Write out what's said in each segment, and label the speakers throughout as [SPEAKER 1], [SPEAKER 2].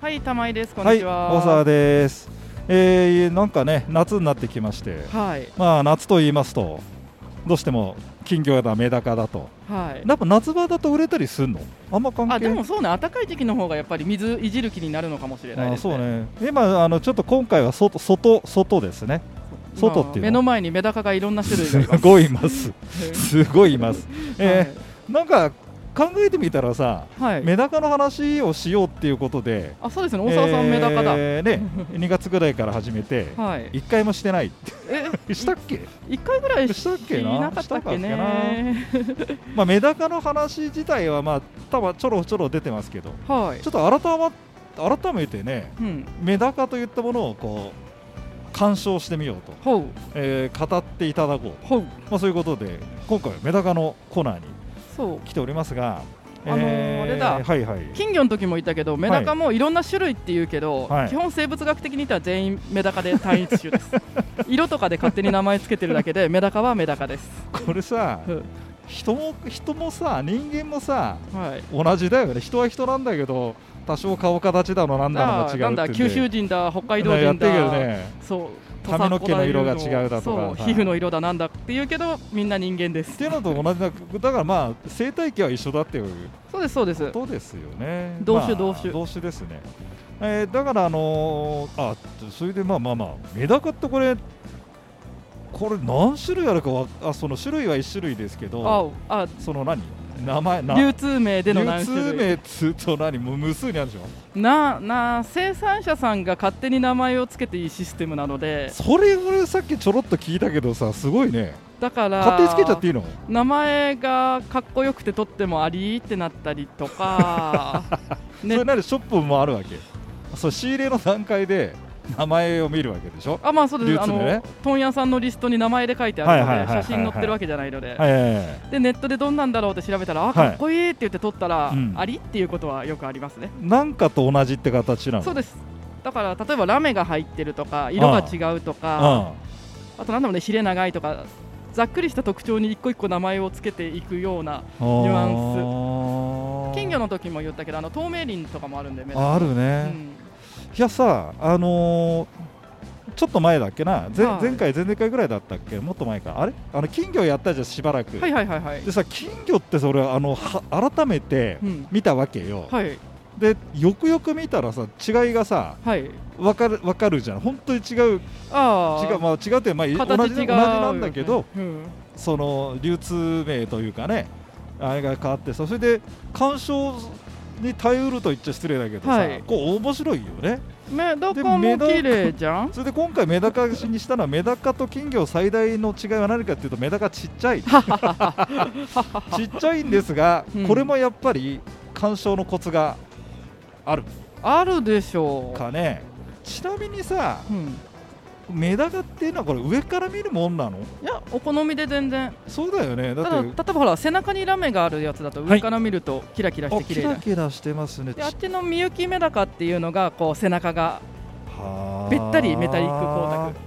[SPEAKER 1] はい、玉井です。こん
[SPEAKER 2] は
[SPEAKER 1] に
[SPEAKER 2] い、
[SPEAKER 1] ち
[SPEAKER 2] 大
[SPEAKER 1] は。
[SPEAKER 2] 沢です。えー、なんかね、夏になってきまして、
[SPEAKER 1] はい、
[SPEAKER 2] まあ夏と言いますと、どうしても金魚だメダカだと、
[SPEAKER 1] はい。
[SPEAKER 2] やっぱ夏場だと売れたりするの？あんま関係
[SPEAKER 1] あ、でもそうね、暖かい時期の方がやっぱり水いじる気になるのかもしれない
[SPEAKER 2] あ
[SPEAKER 1] です
[SPEAKER 2] そう
[SPEAKER 1] ね。
[SPEAKER 2] ね。今あのちょっと今回は外外外ですね。外ってい
[SPEAKER 1] まあ目
[SPEAKER 2] うの
[SPEAKER 1] の前にメダカがいろんな種類
[SPEAKER 2] す
[SPEAKER 1] がいます。
[SPEAKER 2] ごいいます。すごいいます。 え
[SPEAKER 1] ー
[SPEAKER 2] ー、なんか考えてみたらさ、
[SPEAKER 1] はい。
[SPEAKER 2] メダカの話をしようっていうことで、
[SPEAKER 1] あ、そうですね。大沢さんメダカだ。
[SPEAKER 2] え ーね、2月ぐらいから始めて、
[SPEAKER 1] はい。
[SPEAKER 2] 一回もしてない。
[SPEAKER 1] え、
[SPEAKER 2] したっけ？
[SPEAKER 1] 一回ぐらい
[SPEAKER 2] したっけな
[SPEAKER 1] かったっけ
[SPEAKER 2] したか
[SPEAKER 1] ね。
[SPEAKER 2] まあ、メダカの話自体は、まあ、多分ちょろちょろ出てますけど、
[SPEAKER 1] はい
[SPEAKER 2] ち。ょっと改,、ま、改めてね、
[SPEAKER 1] うん。
[SPEAKER 2] メダカといったものをこう鑑賞してみようと、
[SPEAKER 1] ほう
[SPEAKER 2] えー語っていただこう、
[SPEAKER 1] ほう。
[SPEAKER 2] まあ、そういうことで、今回、メダカのコーナーに
[SPEAKER 1] そう。
[SPEAKER 2] 来ておりますが、
[SPEAKER 1] あのーあれだ
[SPEAKER 2] はいはい、
[SPEAKER 1] 金魚の時も言ったけどメダカもいろんな種類っていうけど、
[SPEAKER 2] はい
[SPEAKER 1] 基本生物学的に言ったら全員メダカで単一種です色とかで勝手に名前つけてるだけでメダカはメダカです、
[SPEAKER 2] これさ、人も人もさ、人間もさ、
[SPEAKER 1] はい、
[SPEAKER 2] 同じだよね、人は人なんだけど、多少顔形だの、なんだのが違うって
[SPEAKER 1] なんだ九州人
[SPEAKER 2] 人
[SPEAKER 1] だ北海道
[SPEAKER 2] やっ
[SPEAKER 1] 人
[SPEAKER 2] てるけど
[SPEAKER 1] だ、
[SPEAKER 2] ね。
[SPEAKER 1] そう
[SPEAKER 2] 髪の毛の色が違うだとか
[SPEAKER 1] そう
[SPEAKER 2] さ
[SPEAKER 1] 皮膚の色だなんだっていうけどみんな人間で
[SPEAKER 2] っ
[SPEAKER 1] す
[SPEAKER 2] ていうのと同じだだからまあ生態系は一緒だっていう
[SPEAKER 1] そうですそうです
[SPEAKER 2] ことですよね
[SPEAKER 1] 同種
[SPEAKER 2] まあ
[SPEAKER 1] 同種
[SPEAKER 2] 同種ですね、えーだからあのーあそれでまあまあまあメダカってこれこれ何種類あるかわあその種類は一種類ですけど
[SPEAKER 1] ああ
[SPEAKER 2] その何名前な
[SPEAKER 1] 流通名での何種
[SPEAKER 2] 流通
[SPEAKER 1] 類
[SPEAKER 2] 名っつうと何もう無数にあるでしょ
[SPEAKER 1] なな生産者さんが勝手に名前をつけていいシステムなので
[SPEAKER 2] それ俺さっきちょろっと聞いたけどさすごいね
[SPEAKER 1] だから
[SPEAKER 2] 勝手につけちゃっていいの
[SPEAKER 1] 名前がかっこよくて取ってもありってなったりとか、
[SPEAKER 2] そ
[SPEAKER 1] ね
[SPEAKER 2] れ、なりショップもあるわけそう仕入れの段階で名前を見るわけでしょ
[SPEAKER 1] あまあそうです、
[SPEAKER 2] 流
[SPEAKER 1] あ
[SPEAKER 2] 通
[SPEAKER 1] の
[SPEAKER 2] 名ね
[SPEAKER 1] 問屋さんのリストに名前で書いてあるので、
[SPEAKER 2] はいはいはいはいはい
[SPEAKER 1] 写真載ってるわけじゃないので、
[SPEAKER 2] はいはいはい
[SPEAKER 1] でネットでどんなんだろうって調べたら、あ
[SPEAKER 2] はい
[SPEAKER 1] かっこいいって言って取ったら、
[SPEAKER 2] うん
[SPEAKER 1] ありっていうことはよくありますね。
[SPEAKER 2] なんかと同じって形なの
[SPEAKER 1] そう
[SPEAKER 2] で
[SPEAKER 1] ですだから例えばラメが入ってるとか色が違うとかあとなんだろうねヒレ長いとかざっくりした特徴に一個一個名前をつけていくような
[SPEAKER 2] ニ
[SPEAKER 1] ュ
[SPEAKER 2] ア
[SPEAKER 1] 金魚
[SPEAKER 2] の
[SPEAKER 1] の時も言ったけどあの透明林とかもあるんで目立つ
[SPEAKER 2] ある
[SPEAKER 1] う
[SPEAKER 2] ね、
[SPEAKER 1] ん
[SPEAKER 2] いやさあのーちょっと前だっけな、ぜ
[SPEAKER 1] はい
[SPEAKER 2] 前回前々回ぐらいだったっけもっと前かあれあの金魚やったじゃんしばらく、
[SPEAKER 1] はいはいはいはい
[SPEAKER 2] でさ金魚ってそれあのは改めて
[SPEAKER 1] うん
[SPEAKER 2] 見たわけよ、
[SPEAKER 1] はい
[SPEAKER 2] でよくよく見たらさ違いがさ
[SPEAKER 1] はい
[SPEAKER 2] わかるわかるじゃん本当に違う
[SPEAKER 1] ああ
[SPEAKER 2] 違うまあ違うってまあい同じ
[SPEAKER 1] 形違う
[SPEAKER 2] 同じなんだけど、
[SPEAKER 1] うん
[SPEAKER 2] その流通名というかねあれが変わってさそれで鑑賞に耐えうると言っちゃ失礼だけどさ、
[SPEAKER 1] はい
[SPEAKER 2] こう面白いよね
[SPEAKER 1] メダカ
[SPEAKER 2] でメ
[SPEAKER 1] も
[SPEAKER 2] ダカ
[SPEAKER 1] 綺麗じゃん
[SPEAKER 2] それで今回メダカにしたのはメダカと金魚最大の違いは何かっていうとメダカちっち ゃいちっちゃいんですが、
[SPEAKER 1] うん
[SPEAKER 2] これもやっぱり鑑賞のコツがある
[SPEAKER 1] あるでしょ
[SPEAKER 2] かねちなみにさ
[SPEAKER 1] う、うん、
[SPEAKER 2] メダカっていうのはこれ上から見るもんなの
[SPEAKER 1] いやお好みで全然
[SPEAKER 2] そうだよねだ
[SPEAKER 1] た
[SPEAKER 2] って
[SPEAKER 1] だ例えばほら背中にラメがあるやつだと
[SPEAKER 2] はい
[SPEAKER 1] 上から見るとキラキラし
[SPEAKER 2] あ
[SPEAKER 1] て綺
[SPEAKER 2] キ
[SPEAKER 1] 麗だ、
[SPEAKER 2] ラキラしてますね
[SPEAKER 1] であっちのミユキメダカっていうのがこう背中が
[SPEAKER 2] はあ
[SPEAKER 1] べったりメタリック光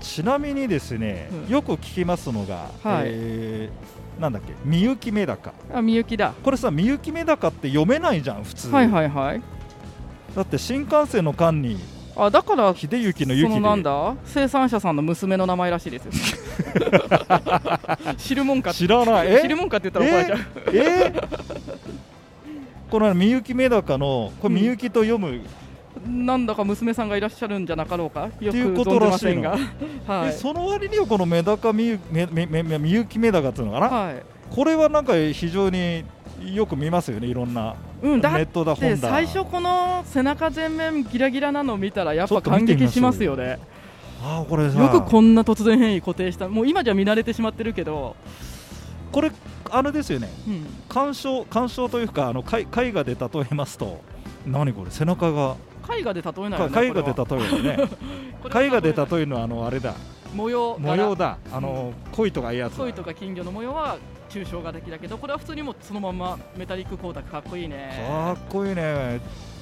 [SPEAKER 2] ちなみにですね、
[SPEAKER 1] うん
[SPEAKER 2] よく聞きますのが、
[SPEAKER 1] はい
[SPEAKER 2] えーなんだっけみゆきメダカ
[SPEAKER 1] 沢あミユキだ
[SPEAKER 2] これさみゆきメダカって読めないじゃん普通、
[SPEAKER 1] はいはいはい
[SPEAKER 2] だって新幹線の間に
[SPEAKER 1] あだからそ
[SPEAKER 2] 秀幸の雪
[SPEAKER 1] の
[SPEAKER 2] で
[SPEAKER 1] なんだ生産者さんの娘の名前らしい ですよ知るもんか
[SPEAKER 2] 知らないえ
[SPEAKER 1] 知るもんかって言ったら怒られちゃう
[SPEAKER 2] えーこのみゆきメダカの
[SPEAKER 1] う
[SPEAKER 2] これ
[SPEAKER 1] ん
[SPEAKER 2] みゆきと読む、
[SPEAKER 1] なんだか娘さんがいらっしゃるんじゃなかろうか、よく
[SPEAKER 2] いうこ
[SPEAKER 1] 存
[SPEAKER 2] と
[SPEAKER 1] じ
[SPEAKER 2] ら
[SPEAKER 1] ま
[SPEAKER 2] しい
[SPEAKER 1] せん
[SPEAKER 2] の
[SPEAKER 1] が、は
[SPEAKER 2] え
[SPEAKER 1] い、
[SPEAKER 2] その割にはこのメダカみゆめめめめみゆきメダカっていうのかな、
[SPEAKER 1] はい、
[SPEAKER 2] これはなんか非常によく見ますよねいろんな
[SPEAKER 1] う
[SPEAKER 2] ネ
[SPEAKER 1] ん、だ
[SPEAKER 2] ッ
[SPEAKER 1] っ
[SPEAKER 2] トだ
[SPEAKER 1] て
[SPEAKER 2] 本だ
[SPEAKER 1] 最初この背中全面ギラギラなの見たらやっ
[SPEAKER 2] ち
[SPEAKER 1] ぱ
[SPEAKER 2] ょっと見
[SPEAKER 1] 感
[SPEAKER 2] てみましょう
[SPEAKER 1] 激しますよね。
[SPEAKER 2] あーこれさ
[SPEAKER 1] よくこんな突然変異固定した、もう今じゃ見慣れてしまってるけど、
[SPEAKER 2] これあれですよね
[SPEAKER 1] うん、
[SPEAKER 2] 鑑賞鑑賞というかあの絵絵画で例えますと何これ背中が
[SPEAKER 1] 絵画で例えない
[SPEAKER 2] か
[SPEAKER 1] よね
[SPEAKER 2] 絵画で例えるね
[SPEAKER 1] これは
[SPEAKER 2] 絵画で例
[SPEAKER 1] こ
[SPEAKER 2] えるのはあのあれだ
[SPEAKER 1] れ模様
[SPEAKER 2] 模様だあの恋とかいうやつだ
[SPEAKER 1] 恋とか金魚の模様は抽象画的だけど、これは普通にもうそのまんまメタリック光沢かっこいいね。
[SPEAKER 2] かっこいいね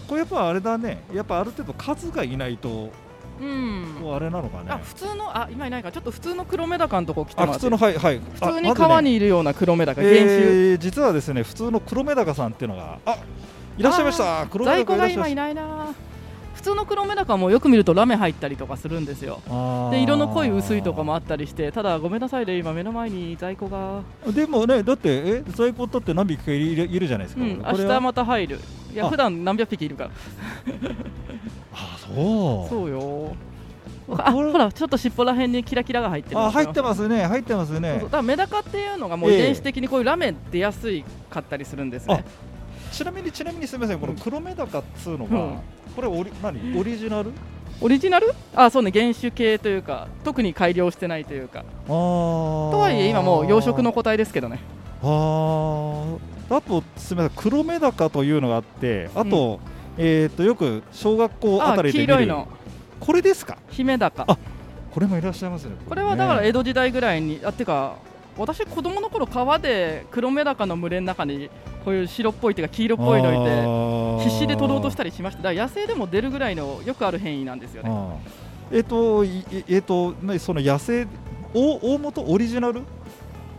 [SPEAKER 2] これやっぱあれだねやっぱある程度数がいないと
[SPEAKER 1] うん。
[SPEAKER 2] もうあれなのかね
[SPEAKER 1] あ普通のあ今いないからちょっと普通の黒メダカのとこ来て
[SPEAKER 2] あ
[SPEAKER 1] もら
[SPEAKER 2] 普
[SPEAKER 1] って
[SPEAKER 2] 通のはいはい
[SPEAKER 1] 普通に川
[SPEAKER 2] あまずね
[SPEAKER 1] にいるような黒メダカ、原種、
[SPEAKER 2] えー実はですね普通の黒メダカさんっていうのがあいらっしゃいました黒メダ
[SPEAKER 1] 在
[SPEAKER 2] カ
[SPEAKER 1] 庫
[SPEAKER 2] いら
[SPEAKER 1] が
[SPEAKER 2] っしゃい
[SPEAKER 1] 今
[SPEAKER 2] まし
[SPEAKER 1] い
[SPEAKER 2] た
[SPEAKER 1] ないな普通の黒メダカもよく見るとラメ入ったりとかするんですよ
[SPEAKER 2] あー
[SPEAKER 1] で色の濃い薄いとかもあったりしてただごめんなさいで今目の前に在庫が、
[SPEAKER 2] でもねだってえ在庫だって何匹かいるいるじゃないです
[SPEAKER 1] う
[SPEAKER 2] か、
[SPEAKER 1] ん、
[SPEAKER 2] こ
[SPEAKER 1] 明
[SPEAKER 2] れ
[SPEAKER 1] 日また入るいや
[SPEAKER 2] あ
[SPEAKER 1] 普段何百匹いるから
[SPEAKER 2] あそう
[SPEAKER 1] そうよ
[SPEAKER 2] あ
[SPEAKER 1] あ
[SPEAKER 2] これ
[SPEAKER 1] ほらちょっと尻尾らへんにキラキラが入ってる
[SPEAKER 2] あ入って
[SPEAKER 1] ま
[SPEAKER 2] ますね入ってますね
[SPEAKER 1] だからメダカっていうのがもう
[SPEAKER 2] ええ
[SPEAKER 1] 遺伝子的にこういうラメ出やすいかったりするんですね、
[SPEAKER 2] ちなみにちなみにすみませんこの黒メダカっつうのが、
[SPEAKER 1] うん
[SPEAKER 2] これオリ何オリジナル
[SPEAKER 1] オリジナルあそうね原種系というか特に改良してないというか
[SPEAKER 2] と
[SPEAKER 1] と
[SPEAKER 2] は
[SPEAKER 1] はいえ今もう養殖の個体ですけどね
[SPEAKER 2] あーあとすみません黒メダカというのがあってあと、えっ、とよく小学校あ
[SPEAKER 1] あ
[SPEAKER 2] たりで
[SPEAKER 1] 黄
[SPEAKER 2] 見る
[SPEAKER 1] 色いの
[SPEAKER 2] これですか
[SPEAKER 1] ヒメダカ
[SPEAKER 2] あこれもいらっしゃいますね
[SPEAKER 1] これはだから
[SPEAKER 2] ね
[SPEAKER 1] 江戸時代ぐらいにあてか私子供の頃川で黒メダカの群れの中にこういう白っぽいというか黄色っぽいのいて必死で取ろうとしたたりしましただから野生でも出るぐらいのよくある変異なんですよね
[SPEAKER 2] えっ、といいえっ、とねその野生お大元オリジナル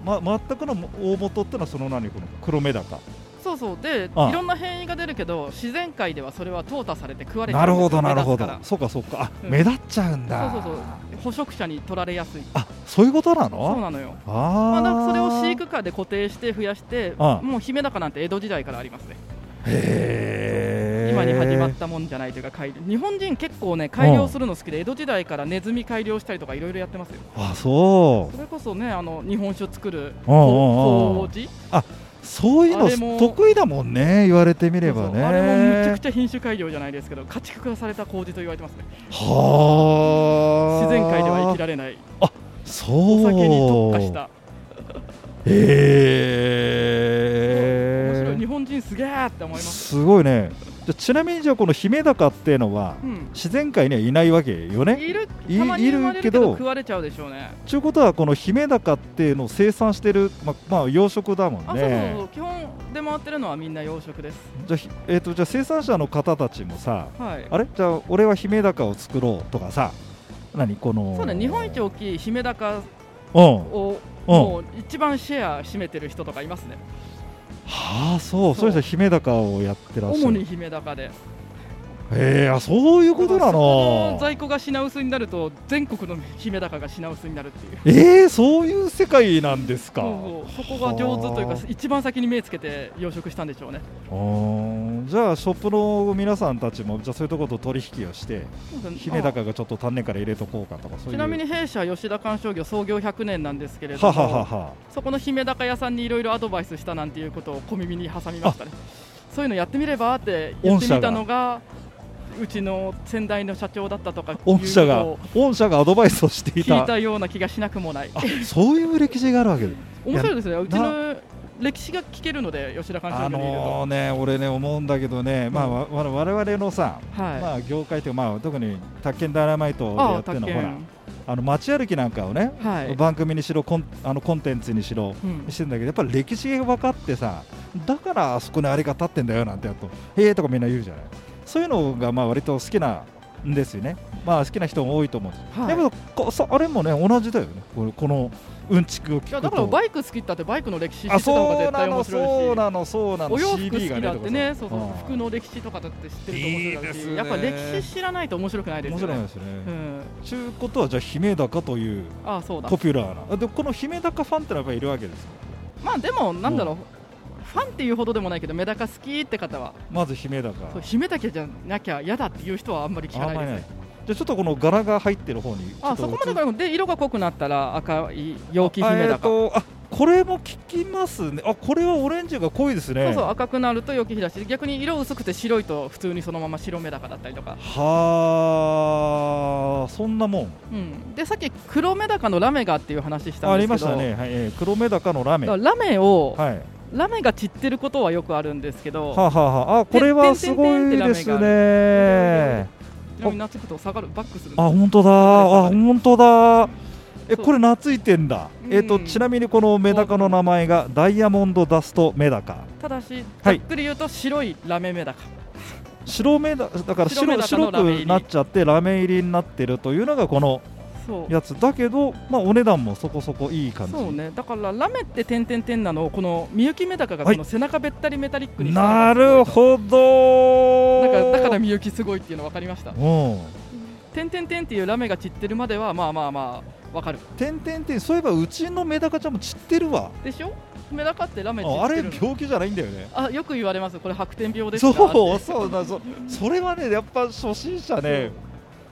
[SPEAKER 2] ま全くの大元ってのはその何この黒メダカ
[SPEAKER 1] そうそうで
[SPEAKER 2] ああ
[SPEAKER 1] いろんな変異が出るけど自然界ではそれは淘汰されて食われて
[SPEAKER 2] なるほどなるほ
[SPEAKER 1] 目
[SPEAKER 2] ど
[SPEAKER 1] 立つ
[SPEAKER 2] そうかそうかあ、
[SPEAKER 1] うん
[SPEAKER 2] 目立っちゃうん
[SPEAKER 1] か
[SPEAKER 2] だ
[SPEAKER 1] らそうそうそう捕食者に取られやすい
[SPEAKER 2] あそういうことなの
[SPEAKER 1] そうなのよ
[SPEAKER 2] あ
[SPEAKER 1] ま
[SPEAKER 2] ー
[SPEAKER 1] あ、だからそれを飼育下で固定して増やして
[SPEAKER 2] ああ
[SPEAKER 1] もうヒメダカなんて江戸時代からありますね
[SPEAKER 2] へー
[SPEAKER 1] 今に始まったもんじゃないというか改良日本人結構ね改良するの好きで江戸時代からネズミ改良したりとかいろいろやってますよ
[SPEAKER 2] あそ
[SPEAKER 1] それこそねあの日本酒を作る
[SPEAKER 2] うんうんうん
[SPEAKER 1] 麹
[SPEAKER 2] うそういう
[SPEAKER 1] あれ
[SPEAKER 2] の
[SPEAKER 1] も
[SPEAKER 2] 得意だもんね言われてみれば
[SPEAKER 1] そうそ
[SPEAKER 2] ね
[SPEAKER 1] うあれもめちゃくちゃ品種改良じゃないですけど家畜化された麹と言われてますね
[SPEAKER 2] はあ
[SPEAKER 1] 自然界では生きられない
[SPEAKER 2] そう
[SPEAKER 1] お酒に特化した
[SPEAKER 2] へ
[SPEAKER 1] 面白い日
[SPEAKER 2] え
[SPEAKER 1] 本人すげえって思います
[SPEAKER 2] すごいねじゃあちなみにじゃあこのヒメダカっていうのは、
[SPEAKER 1] うん
[SPEAKER 2] 自然界にはいないわけよね
[SPEAKER 1] いる
[SPEAKER 2] い
[SPEAKER 1] たまに生まれるけ
[SPEAKER 2] いる
[SPEAKER 1] ど
[SPEAKER 2] けど
[SPEAKER 1] 食われちゃうでしょうね
[SPEAKER 2] ということはこのヒメダカっていうのを生産してる、ままあ、養殖だもんね
[SPEAKER 1] あそうそうそう基本で回ってるのはみんな養殖です
[SPEAKER 2] じゃあひえー、とじゃあ生産者の方たちもさ
[SPEAKER 1] はい
[SPEAKER 2] あれじゃあ俺はヒメダカを作ろうとかさ何この
[SPEAKER 1] そうね日本一大きいヒメダカ
[SPEAKER 2] うん
[SPEAKER 1] を
[SPEAKER 2] うん
[SPEAKER 1] もう一番シェア占めてる人とかいますね
[SPEAKER 2] はあそうそ
[SPEAKER 1] そう
[SPEAKER 2] うですね姫高をやってらっしゃる
[SPEAKER 1] 主にヒメダカで
[SPEAKER 2] えー、あそういうことな
[SPEAKER 1] そこ
[SPEAKER 2] の
[SPEAKER 1] の在庫が品薄になると全国のヒメダカが品薄になるっていう
[SPEAKER 2] えー、そういう世界なんですか
[SPEAKER 1] そうそうそこが上手というか
[SPEAKER 2] はあ
[SPEAKER 1] 一番先に目つけて養殖したんでしょうね
[SPEAKER 2] うーんじゃあショップの皆さんたちもじゃあそういうところと取引をして姫
[SPEAKER 1] あ
[SPEAKER 2] 高がちょっと単年から入れとこうかとかそういう
[SPEAKER 1] ちなみに弊社吉田鑑賞業創業100年なんですけれども
[SPEAKER 2] はははは
[SPEAKER 1] そこのヒメダカ屋さんにいろいろアドバイスしたなんていうことを小耳に挟みましたねそういうのやってみればって言ってみたのがうちの先代の社長だったとか
[SPEAKER 2] 御社が
[SPEAKER 1] いうことを
[SPEAKER 2] 御社がアドバイスをしていた
[SPEAKER 1] 聞いたような気がしなくもない
[SPEAKER 2] あそういう歴史がある わけで
[SPEAKER 1] 面白いですねうちの歴史が聞けるので吉田鑑
[SPEAKER 2] あ
[SPEAKER 1] 賞業にいると、
[SPEAKER 2] のーね俺ね思うんだけどね、まあわわ我々のさ、
[SPEAKER 1] はい、
[SPEAKER 2] まあ業界というかまあ特に宅建ダイナマイトで
[SPEAKER 1] あ
[SPEAKER 2] や
[SPEAKER 1] あ
[SPEAKER 2] って
[SPEAKER 1] 宅
[SPEAKER 2] るの
[SPEAKER 1] 建
[SPEAKER 2] ほらあの街歩きなんかをね、
[SPEAKER 1] はい、
[SPEAKER 2] 番組にしろコンあのコンテンツにしろ
[SPEAKER 1] うん
[SPEAKER 2] してんだけどやっぱり歴史が分かってさだからあそこにあれが立ってんだよなんてやるとへえとかみんな言うじゃないそういうのがまあ割と好きなんですよねまあ好きな人も多いと思うんです、
[SPEAKER 1] はい
[SPEAKER 2] だけどこそあれもね同じだよねこれこのうんちくを
[SPEAKER 1] い
[SPEAKER 2] 聞
[SPEAKER 1] や
[SPEAKER 2] く
[SPEAKER 1] だから
[SPEAKER 2] と
[SPEAKER 1] バイク好きだってバイクの歴史知
[SPEAKER 2] あ
[SPEAKER 1] ってた方が
[SPEAKER 2] そう
[SPEAKER 1] 絶
[SPEAKER 2] な
[SPEAKER 1] 対
[SPEAKER 2] の
[SPEAKER 1] 面白いし
[SPEAKER 2] そうなのそうなの
[SPEAKER 1] お洋服好き
[SPEAKER 2] CD が
[SPEAKER 1] だってねそうそう
[SPEAKER 2] うん
[SPEAKER 1] 服の歴史とかだって知ってると面白いだろうし
[SPEAKER 2] いいですね
[SPEAKER 1] やっぱ歴史知らないと面白くないで
[SPEAKER 2] 面
[SPEAKER 1] すよ
[SPEAKER 2] 白い
[SPEAKER 1] ね
[SPEAKER 2] ですね、
[SPEAKER 1] うん、
[SPEAKER 2] ちゅうことはじゃあ姫高という
[SPEAKER 1] ああそうだ
[SPEAKER 2] ポピュラーなでこの姫高ファンってのはやっぱりいるわけですよ
[SPEAKER 1] まあでもなんだろう、ファンっていうほどでもないけどメダカ好きって方は
[SPEAKER 2] まず姫高
[SPEAKER 1] そう姫だけじゃなきゃ嫌だっていう人はあんまり聞か
[SPEAKER 2] あ
[SPEAKER 1] なんい
[SPEAKER 2] ま
[SPEAKER 1] で
[SPEAKER 2] り
[SPEAKER 1] す
[SPEAKER 2] ない
[SPEAKER 1] ね
[SPEAKER 2] じゃあちょっとこの柄が入ってる方にちょ
[SPEAKER 1] あ
[SPEAKER 2] っ
[SPEAKER 1] そ
[SPEAKER 2] と
[SPEAKER 1] こまでかで色が濃くなったら赤い陽気姫
[SPEAKER 2] あえ
[SPEAKER 1] だ
[SPEAKER 2] ーとあこれも聞きますねあこれはオレンジが濃いですね
[SPEAKER 1] そうそう赤くなると陽気ひだし逆に色薄くて白いと普通にそのまま白メダカだったりとか、
[SPEAKER 2] はあそんなもん
[SPEAKER 1] うん、でさっき黒メダカのラメガっていう話した
[SPEAKER 2] あ
[SPEAKER 1] んで
[SPEAKER 2] り
[SPEAKER 1] す
[SPEAKER 2] ま
[SPEAKER 1] け
[SPEAKER 2] し
[SPEAKER 1] ど
[SPEAKER 2] たね、はいえー黒メダカのラメ
[SPEAKER 1] だ
[SPEAKER 2] は
[SPEAKER 1] か
[SPEAKER 2] い
[SPEAKER 1] らラメを、
[SPEAKER 2] は
[SPEAKER 1] ラメが散ってることはよくあるんですけど、
[SPEAKER 2] あ、はあはあ、あこれはすごいですね
[SPEAKER 1] ちなみに夏行くと下がるバックするんで
[SPEAKER 2] あ
[SPEAKER 1] す
[SPEAKER 2] 本当だあ本当だえ
[SPEAKER 1] そう
[SPEAKER 2] これ懐いてんだ、
[SPEAKER 1] うん
[SPEAKER 2] えっ、とちなみにこのメダカの名前がダイヤモンドダストメダカ
[SPEAKER 1] ただしざ
[SPEAKER 2] は
[SPEAKER 1] っ
[SPEAKER 2] い
[SPEAKER 1] くり言うと白いラメメダカ、
[SPEAKER 2] 白目だだから白
[SPEAKER 1] 白目だから
[SPEAKER 2] 白
[SPEAKER 1] ラメ入
[SPEAKER 2] く
[SPEAKER 1] り
[SPEAKER 2] なっちゃってラメ入りになってるというのがこの
[SPEAKER 1] そう
[SPEAKER 2] やつだけど、まあ、お値段もそこそこいい感じ
[SPEAKER 1] そうねだからラメって点々点なのをこのみゆきメダカが
[SPEAKER 2] は
[SPEAKER 1] こ
[SPEAKER 2] い
[SPEAKER 1] の背中べったりメタリックにしたのが
[SPEAKER 2] な
[SPEAKER 1] すごい
[SPEAKER 2] るほど
[SPEAKER 1] だからだからみゆきすごいっていうの分かりました
[SPEAKER 2] うん
[SPEAKER 1] 点々点っていうラメが散ってるまではまあまあまあわかる
[SPEAKER 2] てんてんてんそういえばうちのメダカちゃんも散ってるわ
[SPEAKER 1] でしょメダカってラメ散
[SPEAKER 2] あ
[SPEAKER 1] っ
[SPEAKER 2] あ
[SPEAKER 1] て
[SPEAKER 2] れ
[SPEAKER 1] るの
[SPEAKER 2] 病気じゃないんだよね
[SPEAKER 1] あよく言われますこれ白点病です
[SPEAKER 2] そ
[SPEAKER 1] か
[SPEAKER 2] うそうだそそれはねやっぱ初心者ね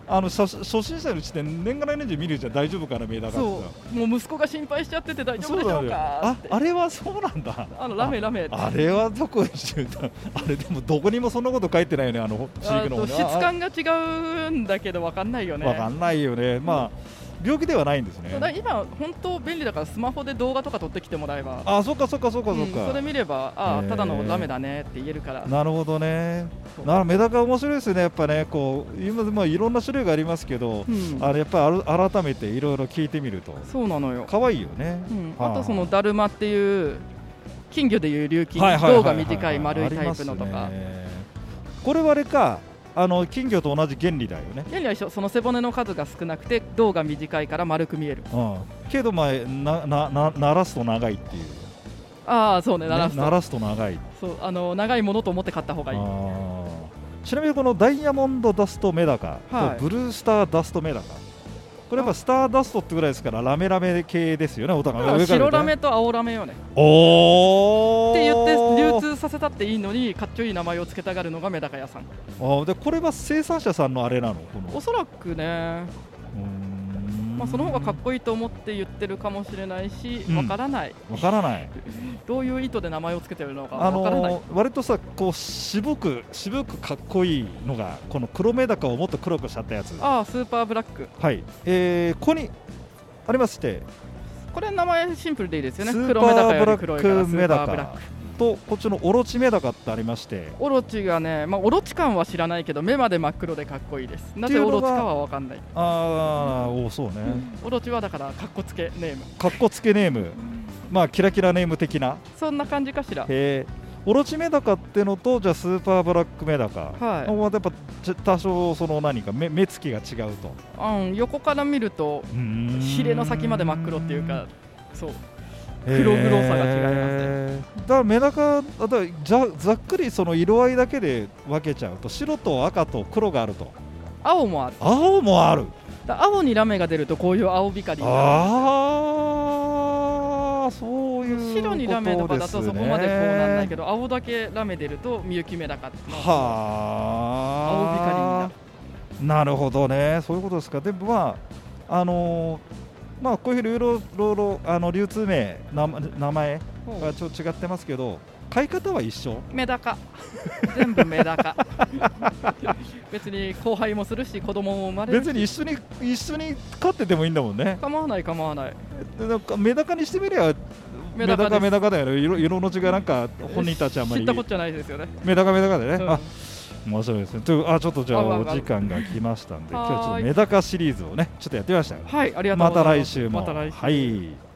[SPEAKER 2] あの初初心者のうちで年がら年中見るじゃん大丈夫かなメダカってさ
[SPEAKER 1] そうもう息子が心配しちゃってて大丈夫でし
[SPEAKER 2] な
[SPEAKER 1] ょ
[SPEAKER 2] の
[SPEAKER 1] う
[SPEAKER 2] よ
[SPEAKER 1] か
[SPEAKER 2] あ
[SPEAKER 1] って
[SPEAKER 2] あれはそうなんだ
[SPEAKER 1] あのラメラメ
[SPEAKER 2] あれはどこにしてたあれでもどこにもそんなこと書いてないよねあの飼
[SPEAKER 1] あ
[SPEAKER 2] 育の
[SPEAKER 1] と
[SPEAKER 2] 方
[SPEAKER 1] 質
[SPEAKER 2] ねあ
[SPEAKER 1] 感が違うんだけど分かんないよね
[SPEAKER 2] わかんないよねまあ病気ではないんです
[SPEAKER 1] そうだ
[SPEAKER 2] ね
[SPEAKER 1] 今本当便利だからスマホで動画とか撮ってきてもらえば
[SPEAKER 2] あそっかそっかそっかそっ
[SPEAKER 1] うんそれ
[SPEAKER 2] か
[SPEAKER 1] 見ればああ
[SPEAKER 2] へー
[SPEAKER 1] ただのラメだねって言えるから
[SPEAKER 2] なるほどね
[SPEAKER 1] そう
[SPEAKER 2] なメダカ面白いですねやっぱねこう今まあいろんな種類がありますけど
[SPEAKER 1] うん
[SPEAKER 2] あれやっぱりあら改めていろいろ聞いてみると
[SPEAKER 1] そうなのよ、
[SPEAKER 2] 可愛いよね
[SPEAKER 1] うん、
[SPEAKER 2] は
[SPEAKER 1] あとそのだるまっていう金魚でいう琉球
[SPEAKER 2] はいはいはい
[SPEAKER 1] 胴
[SPEAKER 2] は
[SPEAKER 1] が
[SPEAKER 2] い
[SPEAKER 1] 短い丸いタイプのと
[SPEAKER 2] あ
[SPEAKER 1] か
[SPEAKER 2] りますねこれはあれかあの金魚と同じ原理だよね
[SPEAKER 1] やはり一緒その背骨の数が少なくて胴が短いから丸く見える
[SPEAKER 2] うんけどまあななな鳴らすと長いっていう
[SPEAKER 1] ああそうね
[SPEAKER 2] ね
[SPEAKER 1] 鳴らすと
[SPEAKER 2] 鳴らすと長い
[SPEAKER 1] そうあの長いものと思って買った方がいい
[SPEAKER 2] あーちなみにこのダイヤモンドダストメダカ、
[SPEAKER 1] はい
[SPEAKER 2] とブルースターダストメダカこれやっぱスターダストってぐらいですからラメラメ系ですよねお互い上から見てね
[SPEAKER 1] 白ラメと青ラメよね
[SPEAKER 2] お
[SPEAKER 1] って言って
[SPEAKER 2] ー
[SPEAKER 1] 流通させたっていいのにかっちょいい名前をつけたがるのがメダカ屋さん
[SPEAKER 2] あーでこれは生産者さんのあれなのこの
[SPEAKER 1] おそらくね、まあ、その方がかっこいいと思って言ってるかもしれないし
[SPEAKER 2] うん
[SPEAKER 1] わからない、
[SPEAKER 2] わからない
[SPEAKER 1] どういう意図で名前をつけてるのかわ
[SPEAKER 2] あの
[SPEAKER 1] からない、
[SPEAKER 2] ー割とさこう渋く渋くかっこいいのがこの黒メダカをもっと黒くしちゃったやつ
[SPEAKER 1] ああスーパーブラック
[SPEAKER 2] はいえー、ここにありまして
[SPEAKER 1] これ名前シンプルでいいですよね
[SPEAKER 2] スーパ
[SPEAKER 1] 黒メ
[SPEAKER 2] ー
[SPEAKER 1] ダカより黒いからス
[SPEAKER 2] ブラックメ
[SPEAKER 1] ー
[SPEAKER 2] ダ
[SPEAKER 1] パー
[SPEAKER 2] カ
[SPEAKER 1] ブラック
[SPEAKER 2] とこっちのオロチメダカってありまして
[SPEAKER 1] オロチがね、まあ、オロチ感は知らないけど目まで真っ黒でかっこいいですな
[SPEAKER 2] ってい
[SPEAKER 1] ぜ
[SPEAKER 2] うの
[SPEAKER 1] オ
[SPEAKER 2] が
[SPEAKER 1] ロチかは分かんない
[SPEAKER 2] ああおそうね、
[SPEAKER 1] オロチはだからかっこつけネーム
[SPEAKER 2] かっこつけネームまあキラキラネーム的な
[SPEAKER 1] そんな感じかしら
[SPEAKER 2] へーオロチメダカってのとじゃあスーパーブラックメダカ
[SPEAKER 1] はい
[SPEAKER 2] のはやっぱちょ多少その何か目目つきが違うと
[SPEAKER 1] うん、横から見ると
[SPEAKER 2] うーん
[SPEAKER 1] ヒレの先まで真っ黒っていうかそう黒黒さが違いますね
[SPEAKER 2] へーだからメダカあだからざざっくりその色合いだけで分けちゃうと白と赤と黒があると
[SPEAKER 1] 青もある
[SPEAKER 2] 青もある
[SPEAKER 1] だ青にラメが出るとこういう青光りになる
[SPEAKER 2] ああそういうことです、ね、
[SPEAKER 1] 白にラメとかだとそこまでこうなんないけど青だけラメ出るとみゆきメダカっていうのが
[SPEAKER 2] はあ
[SPEAKER 1] 青
[SPEAKER 2] 光なるほどねそういうことですかでもまああのーまあこういうふうにいろいろあの流通名名名前
[SPEAKER 1] ほ
[SPEAKER 2] がちょっと違ってますけど買い方は一
[SPEAKER 1] う
[SPEAKER 2] 緒
[SPEAKER 1] メダカ全部メダカ別に後輩もするし子供も生まれる
[SPEAKER 2] 別に一緒に一緒に飼っててもいいんだもんね
[SPEAKER 1] 構わない構わない
[SPEAKER 2] でなんかメダカにしてみりゃメ
[SPEAKER 1] メ
[SPEAKER 2] ダ
[SPEAKER 1] ダカで
[SPEAKER 2] カ
[SPEAKER 1] す
[SPEAKER 2] メダカだよね色色の違いなんか本人たちあんま
[SPEAKER 1] 知
[SPEAKER 2] り
[SPEAKER 1] ったこっちゃないですよね、
[SPEAKER 2] メダカメダカでね、
[SPEAKER 1] うん
[SPEAKER 2] あ面白いですねというあちょっとじゃあ
[SPEAKER 1] あわ
[SPEAKER 2] お
[SPEAKER 1] かる
[SPEAKER 2] 時間が来ましたんで今
[SPEAKER 1] は
[SPEAKER 2] 日
[SPEAKER 1] ーい
[SPEAKER 2] ちょっとメダカシリーズをねちょっとやってみましたよ
[SPEAKER 1] はいありがとう
[SPEAKER 2] ま
[SPEAKER 1] ござ
[SPEAKER 2] た
[SPEAKER 1] います
[SPEAKER 2] 来週も
[SPEAKER 1] また来週
[SPEAKER 2] はい